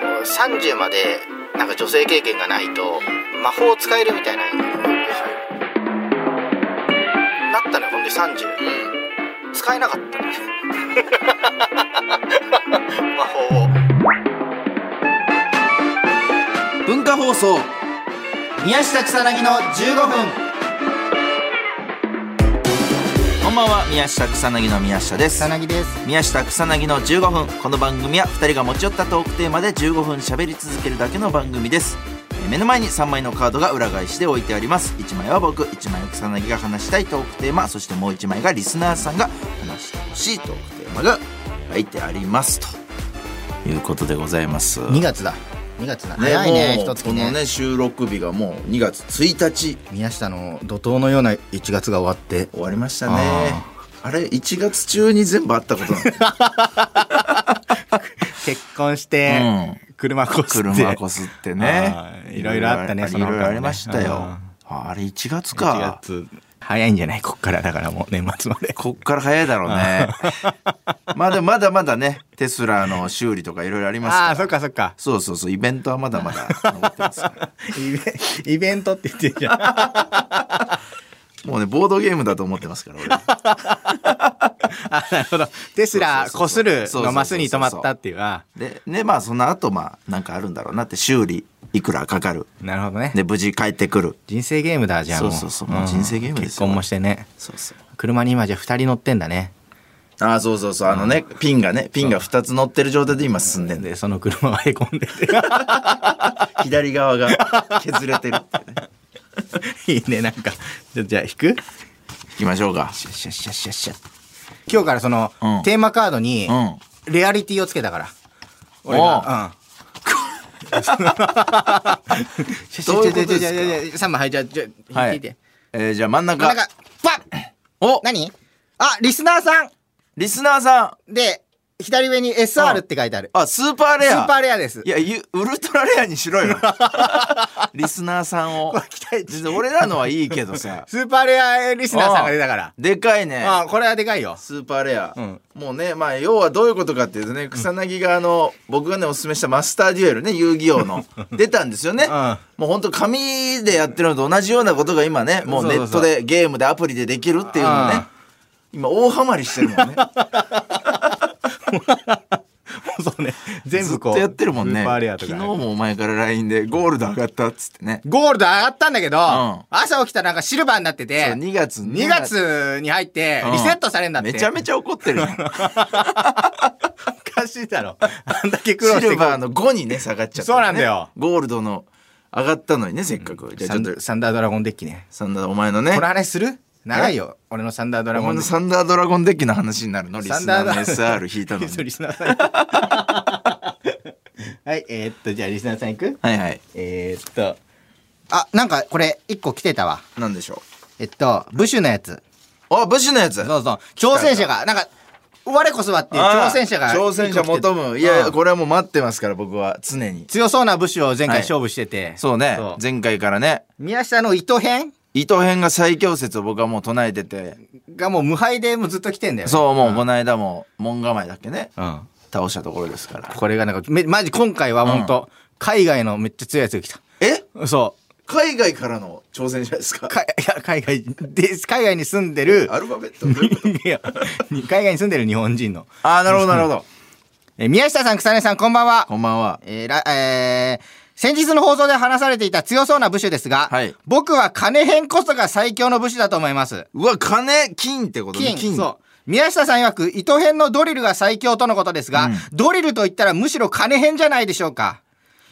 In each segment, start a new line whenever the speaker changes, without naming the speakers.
30までなんか女性経験がないと魔法を使えるみたいななったのよほんで30使えなかったのね 魔法を
文化放送
宮下草薙の15分
こんばんは宮下草薙の宮下です
草薙です
宮下草薙の15分この番組は2人が持ち寄ったトークテーマで15分喋り続けるだけの番組ですえー目の前に3枚のカードが裏返しで置いてあります1枚は僕1枚は草薙が話したいトークテーマそしてもう1枚がリスナーさんが話してほしいトークテーマが書いてありますということでございます
2月だ2月だ早いね
もう
一つ
この
ね
ね収録日がもう2月1日
宮下の怒涛のような1月が終わって
終わりましたね
あ
あれ1月中に全部あったことなの
結婚して、車こすって
車こすってね
はいいろいろあったね
い
そ
ろ
の他
い
もね
ろありました
う
よ
ん
あれ1月
1
か
月早いんじゃない こっからだからもう年末まで
こっから早いだろうね まだまだまだねテスラの修理とかいろいろあります
あ
か
あ
ら
そっかそっか
そうそうそうイベントはまだまだ残ってますから
イベイベントって言ってる じゃん
もうねボードゲームだと思ってますから俺
あなるほどテスラこする
そうそうそうそう
のマスに止まったっていうあ
でねまあその後まあなんかあるんだろうなって修理いくらかかる
なるほどね
で無事帰ってくる
人生ゲームだじゃあもう
そうそうそうもう人生ゲームです
結
よ
婚もしてね
そうそう
車に今じゃあ2人乗ってんだね
ああそうそうそうあのねピンがねピンが2つ乗ってる状態で今進んでんだよ
でその車はへこんでて
左側が削れてる ってね
いいねなんかじゃじゃあ引く
行きましょうか
シャッシャッシャッシャッシャッ今日からその、
うん
テーマカードに、
うん
レアリティをつけたから俺がうん
どういうことですか
いやいやいや3枚はいじゃあじゃあ
は
引い
い
て、
えーじゃあ真ん中
なんかバッ
お
何あリスナーさん
リスナーさん
で左上に SR って書いてある
あスーパー
ス
レア
ーパーレアです
いやゆウルトラレアにし ろよリスナーさんを
期待値
全然俺らのはいいけどさ
スーパーレアリスナーさんが出たから
でかいね
あこれはでかいよ
スーパーレア、
うん
もうねまあ要はどういうことかっていうとね草薙があの、僕がねおすすめしたマスターデュエルね遊戯王の出たんですよね、
ん
もうほんと紙でやってるのと同じようなことが今ねもうネッ
そうそ
ト
う
でゲームでアプリでできるっていうの
うん
ね今大ハマりしてるもんね
そうね全
ずっ
部
と
こう
やってるもん
ス
ね
ーパーレアと
昨
か
日もお前から LINE でゴールド上がったっつってね
ゴールド上がったんだけど、
ん
朝起きたらなんかシルバーになってて
そう2月
2月に入ってリセットされるんだって、
めちゃめ
ち
ちゃ怒ってる やん
ゃおかしいだろ あんだけ苦労し
シ
て
ルバーの5にね下がっちゃった、ね、
そうなんだよ
ゴールドの上がったのにねせっかくじゃあ
サ
ちょ
ン
っと
サンダードラゴンデッキね
サンダーお前のね
この話する長いよ俺のサンダードラ
お
ゴン
前の
デッ
サンダードラゴンデッキの話になるのリ
キ
ス
サン
ナー
ダードラ
の
ゴン
SR 引いたのに
そうリスナーさん はいえーっとじゃあリスナーさんいく
はいはい
えーっとあなんかこれ1個来てたわ
なんでしょ
えっとブシュのやつ
うあ武士のやつ
そうそう挑戦者がなんか我こそはっていう
あ
挑
あ
戦者が
挑戦者求むいやい
うん
やこれはもう待ってますから僕は常に
強そうな武士を前
は
回
い
勝負してて、
そうね
そう
前回からね
宮下の糸編
糸編が最強説を僕はもう唱えてて
がもう無敗でもうずっと来てんだよね
そうもうこの間も門構えだっけね
うん
倒したところですから
これがなんかめマジ今回は本当、海外のめっちゃ強いやつが来
え
たそ
海外からの挑戦者ですか
うかいや海外で海外に住んでる
アルファベットどういうこと
いや海外に住んでる日本人の
ああなるほどなるほど
え宮下さん草根さんこんばんは
こんばんは
えーらえー先日の放送で話されていた強そうな武士ですが、
はい
僕は金編こそが最強の武士だと思います
うわ金金ってことね
金そう宮下さん曰く糸編のドリルが最強とのことですが、
うん
ドリルといったらむしろ金編じゃないでしょうか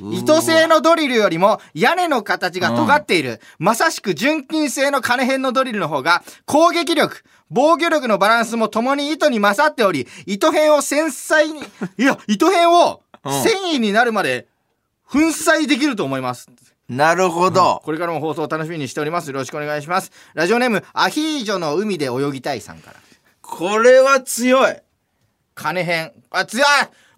うわ
糸製のドリルよりも屋根の形が尖っている、まさしく純金製の金編のドリルの方が攻撃力防御力のバランスもともに糸に勝っており糸編を繊細 にいや糸編を
うん
繊維になるまで粉砕できると思います
なるほど、
これからも放送を楽しみにしておりますよろしくお願いしますラジオネームアヒージョの海で泳ぎたいさんから
これは強い
金編あ強い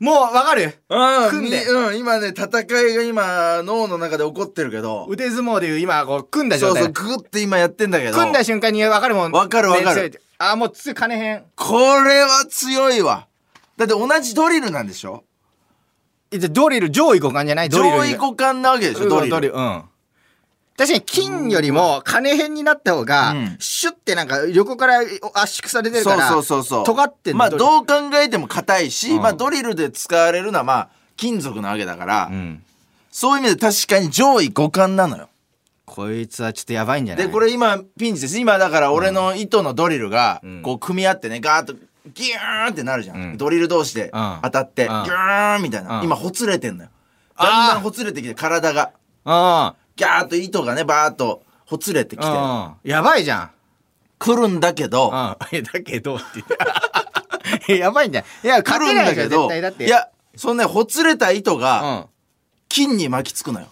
もうわかる
うん
組んで
みうん、今ね戦いが今脳の中で起こってるけど
腕相撲でいう今こう組んだ
そ
状
う
態
そうグって今やってんだけど
組んだ瞬間にわかるもん
わかるわかる
であもうつ金編
これは強いわだって同じドリルなんでしょ
えじゃあドリル上位互換じゃないドリル
上位互換なわけでしょ、ドリル。
うん確かに金よりも金辺になった方が、
うん
シュッてなんか横から圧縮されてる
そ
か
う
ら
そうそうそう。
尖ってんの
まあ
ドリル
どう考えても硬いし、
うん
まあドリルで使われるのはまあ金属なわけだから、
うん
そういう意味で確かに上位互換なのよ。
こいつはちょっとやばいんじゃない
で、これ今ピンチです。今だから俺の糸のドリルが
うん、
こう組み合ってね、ガーッとギューンってなるじゃん。
うん
ドリル同士で
うん
当たっ
う
て、
ん
ギューンみたいな。
うん
今ほつれてんのよ。
あー
だんだんほつれてきて体が、
あ
ギャーッと糸がね、バーッとほつれてきて、
あやばいじゃん
くるんだけど、
ああ えだけどって言って えやばいんじゃないいや
来
勝
る
て
ん
ない
だ
じゃ
け
ん絶
ど、
対だって
いや、そのね、ほつれた糸
う
が
ん
金に巻きつくのよ。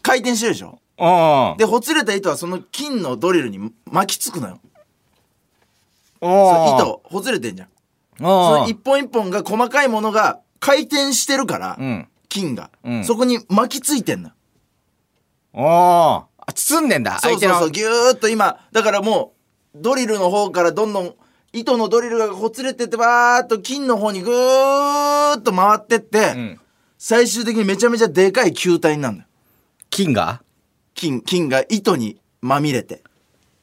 回転してるでしょ
うん
で、ほつれた糸はその金のドリルに巻きつくのよ。そ
お
の
ー
糸、ほつれてんじゃん。そ
お
の一本一本が細かいものが回転してるから、
うん
金が、
うん
そこに巻きついてんのよ。
おーあ包んでんだ
そ
相
う
手
そう
の
そう、ぎゅーっと今、だからもう、ドリルの方からどんどん、糸のドリルがほつれてって、ばーっと金の方にぐーっと回ってって、
うん
最終的にめちゃめちゃでかい球体になるのよ。
金が
金、金が糸にまみれて。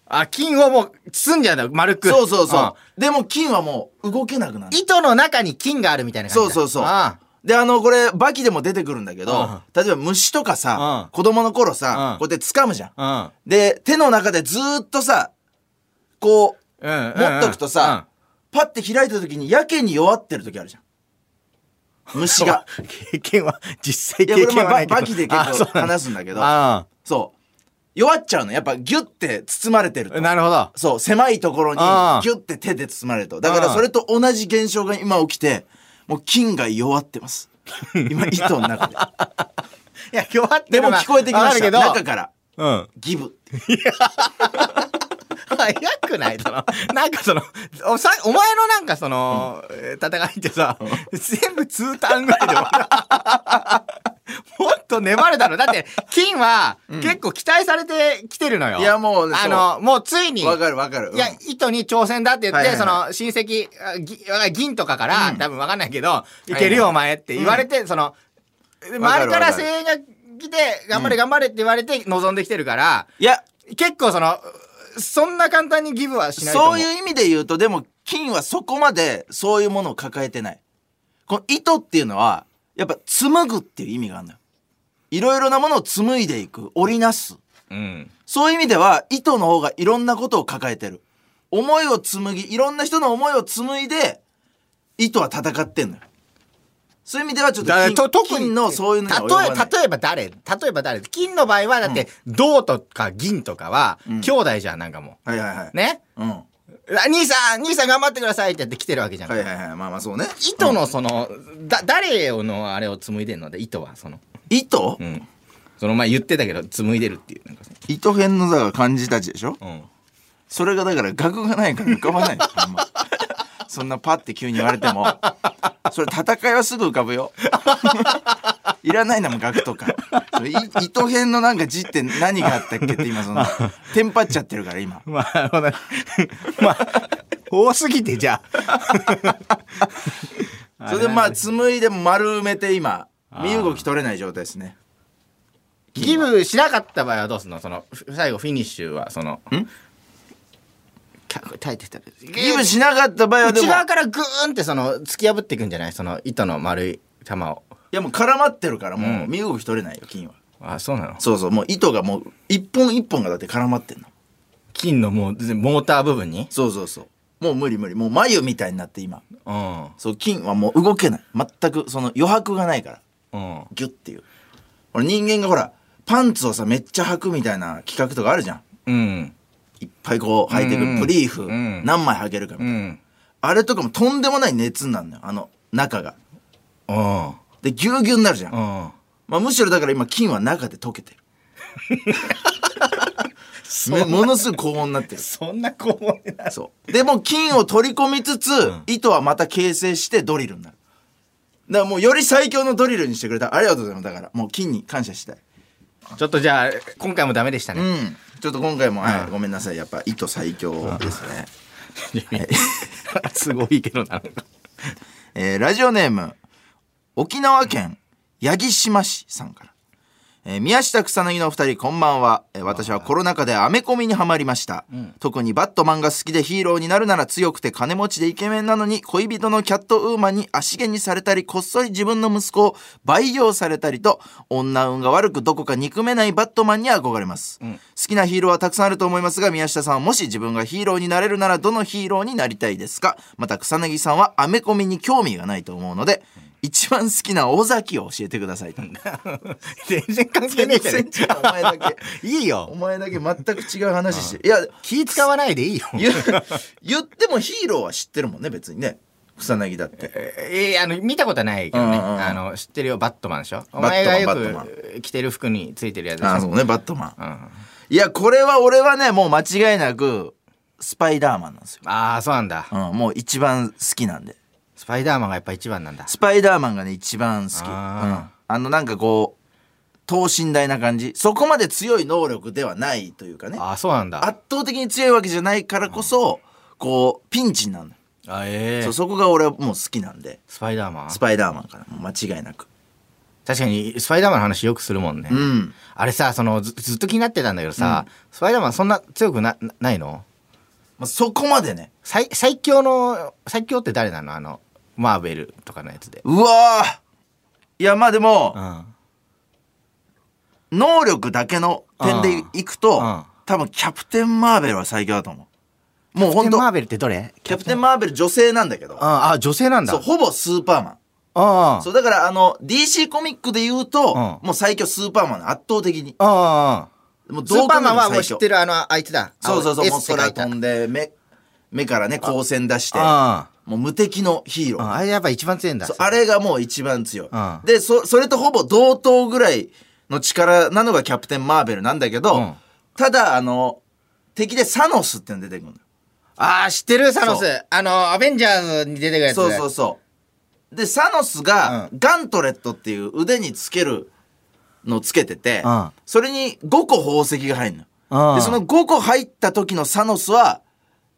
あ金をもう包んじゃうんだ丸く
そうそうそう
あ。
でも金はもう動けなくなる。
糸の中に金があるみたいな感じ
そう
だ
そうそう
あ。
で、あの、これ、バキでも出てくるんだけど
あ、
例えば虫とかさ
あ、
子供の頃さ
あ、
こうやって掴むじゃん。
あ
で、手の中でずーっとさ、こ
う
う、
んうんうん
持っとくとさ、パッて開いた時にやけに弱ってる時あるじゃん。
う
虫
ん
が。
経験は実際
いや、こ
経
れ
験
ま
は
あ
な
バ
いけど
バキで
あ
結
そう
構
なんだ
話すんだけど、
あ
そう。弱っちゃうの。やっぱギュッて包まれてると
あ。なるほど
そう、狭いところに
ああ
ギュッて手で包まれると。だから
ああ
それと同じ現象が今起きて、もう金が弱ってます。 今、糸の中で。
いや弱って
で
る
も
のが
聞こえてきま
わか
し
る
た。
けど
中から、
うん
ギブ。
早くないその、なんかその、おさお前のなんかその、えー戦いってさ、全部2ターンぐらいで終わる。もっと粘るだろ。だって、金は結構期待されてきてるのよ。
いやもうね
あの、もうついに、
わかるわかる。
いや
うん、
糸に挑戦だって言って、
はいはいは
その、親戚、あぎわ銀とかから、
うん
多分わかんないけど、
い
い
はい
けるよお前って言われて、その、周り
わかる
から声援が来て、頑張れ頑張れって言われて望んできてるから、
いや、
結構そのそんな簡単にギブはしないと思
そういう意味で言うと、でも金はそこまでそういうものを抱えてない。この糸っていうのは、やっぱ紡ぐっていう意味があるのよ。いろいろなものを紡いでいく、織りなす。
うん
そういう意味では、糸の方がいろんなことを抱えてる。思いを紡ぎ、いろんな人の思いを紡いで、糸は戦ってんのよ。そういう意味ではちょっと
だから
金
と特に
金のそういうのに
例
は
え
及ばない。
例えば誰例えば誰金の場合はだって銅とか銀とかは
ん
兄弟じゃんなんかも
はいはいはい。
うね
うん。は
あ兄さん兄さん頑張ってくださいってやって来てるわけじゃん、
いはいはい。まあまあそうね。
糸
うん
のその、だ誰をのあれを紡いでんので糸はその
糸
うんその前言ってたけど紡いでるっていうなんかそ
糸編のだから漢字たちでしょ
のうん
それがだから額がないから浮かばない。ほんまそんなパって急に言われても、それ戦いはすぐ浮かぶよ。 いらないなもん額とか。それい糸編のなんか字って何があったっけって今その、テンパっちゃってるから今。
まあ、ほな まあ、多すぎてじゃあ。
それでま
あ
あ
れ、
紡いで丸埋めて今、
あー
身動き取れない状態ですね。
ギブしなかった場合はどうすんのその、ふ最後フィニッシュは、その、
ん
客耐えてたけど。
ギブしなかった場合はで
内
も、い
側からグーンってその、突き破っていくんじゃないその、糸の丸い玉を。
やもう絡まってるからもううん身動き取れないよ、金は。
あ、そうなの
そうそう、もう糸がもう一本一本がだって絡まってんの。
金のもう、全然モーター部分に
そうそうそう。もう無理無理。もう眉みたいになって今。
うん。
そう、金はもう動けない。全く、その余白がないか
う
ら。
ん。
ギュッていう。俺人間がほら、パンツをさ、めっちゃ履くみたいな企画とかあるじゃん。
うん。
いっぱいこう履いてく
う
る。
ん
プリーフ、
うん
何枚履けるかみた
う
いな、
ん。
あれとかもとんでもない熱になるのよ。あの、中が。
うん。
で、ぎゅうぎゅうになるじゃん。
うん。
まあ、むしろだから今、金は中で溶 けてる。 めものすごい高温になってる。
そんな高温になる。
そう。でも金を取り込みつつ、糸はまた形成してドリルになる。だからもうより最強のドリルにしてくれた。ありがとうございます。だからもう金に感謝したい。
ちょっとじゃあ、今回もダメでした
う
ね。
ん。ちょっと今回も、はい、ごめんなさい。やっぱ糸最強ですね。
すごいけどな。
えーラジオネーム、沖縄県八木島市さんから。えー宮下草薙のお二人こんばんは、えー私はコロナ禍でアメコミにはまりました、特にバットマンが好きでヒーローになるなら強くて金持ちでイケメンなのに恋人のキャットウーマンに足毛にされたりこっそり自分の息子を培養されたりと女運が悪くどこか憎めないバットマンに憧れます、好きなヒーローはたくさんあると思いますが宮下さんはもし自分がヒーローになれるならどのヒーローになりたいですかまた草薙さんはアメコミに興味がないと思うので一番好きな尾崎を教えてくださいと。
全然関係ねえじゃね
全然違うお前だけ
え いい
お
よ
前だけ全く違う話して。いや、
気使わないでいいよ
言う言ってもヒーローは知ってるもんね、別にね。草薙だって。
えーあの見たことないけどね、
うんうんうん
あの知ってるよバットマンでしょお
マン
前がよ
バットマ
く着てる服についてるやつでしょ
ああ、そうね、バットマ
う
ン。
んあ
いや、これは俺はね、もう間違いなく、スパイダーマンなんですよ。
あそうなんだ
うん、もう一番好きなんで。
スパイダーマンがやっぱ一番なんだ
スパイダーマンがね、一番好き。うん。
あ
あの、なんかこう、等身大な感じ。そこまで強い能力ではないというかね。
ああそうなんだ
圧倒的に強いわけじゃないからこそ、こう、ピンチになるのよ
あええ
そうそこが俺はもう好きなんで。
スパイダーマン
スパイダーマンかなもう間違いなく。
確かにスパイダーマンの話よくするもんね、
うん。
あれさそのずずっと気になってたんだけどさ、スパイダーマンそんな強くななないの
まあ、そこまでね。
最最強の最強って誰なのあのマーベルとかのやつで、
うわーいや、まあでも、
ん、
能力だけの点でいくと、
うん
多分キャプテン・マーベルは最強だと思う。もう
キャプ
本
テン
当
マーベルってどれ
キャプテン・マーベル女性なんだけど、
ああ女性なんだ
そう、ほぼスーパーマン。
ああ
そう、だからあの、DC コミックで言うと、
うん
もう最強スーパーマン、圧倒的に。
ああ
もう
スーパーマンはもう知って
る。
るあのあいつだ
そうそうそう、もう
そ
空飛んで、目、目からね、光線出して、
あ
もう無敵のヒーロー。
ああれやっぱ一番強いんだ
そうあれがもう一番強い、
うん
でそそれとほぼ同等ぐらいの力なのがキャプテン・マーベルなんだけど、
うん
ただあの敵でサノスっての出てくるの
ああ知ってるサノ
そ
スあのアベンジャーズに出てくるやつ
そうそうそうでサノスが
う
ガントレットっていう腕につけるのをつけてて、
うん
それに5個宝石が入るの、
あ
でその5個入った時のサノスは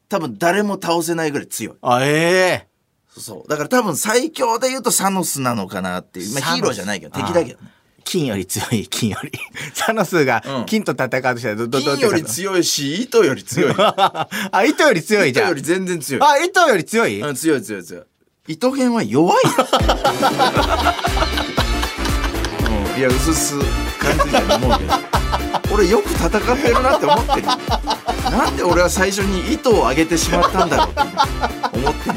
多分誰も倒せないぐらい強い
あええ
そうだから多分最強で言うとサノスなのかなっていう、まあ、ヒーローじゃないけど
サノス
敵だけどね
金より強い金より サノスが
うん
金と戦うとしたらどどどう
金より
強い
強いし、糸より強 い。
あ糸より強い
糸
じゃ
よ
ん
り全然強い。
あ糸より強い
うん、強い強い強い。糸編は弱い。 うん、いや、うすす感じだと思うけど。俺よく戦ってるなって思ってる。なんで俺は最初に糸を上げてしまったんだろうって思ってる。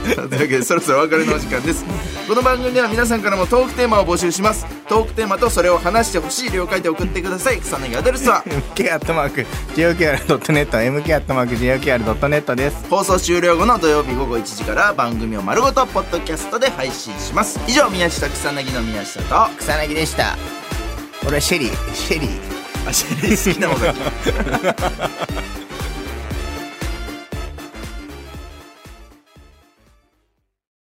というわけでそろそろお別れのお時間ですこの番組では皆さんからもトークテーマを募集しますトークテーマとそれを話してほしい了解で送ってください草薙アドレスは
MK アットマーク JOQR.net MK アットマーク JOQR.net です
放送終了後の土曜日午後1時から番組を丸ごとポッドキャストで配信します以上宮下草薙の宮下とあ
草薙でした俺はシェリーシェリー
好きなもの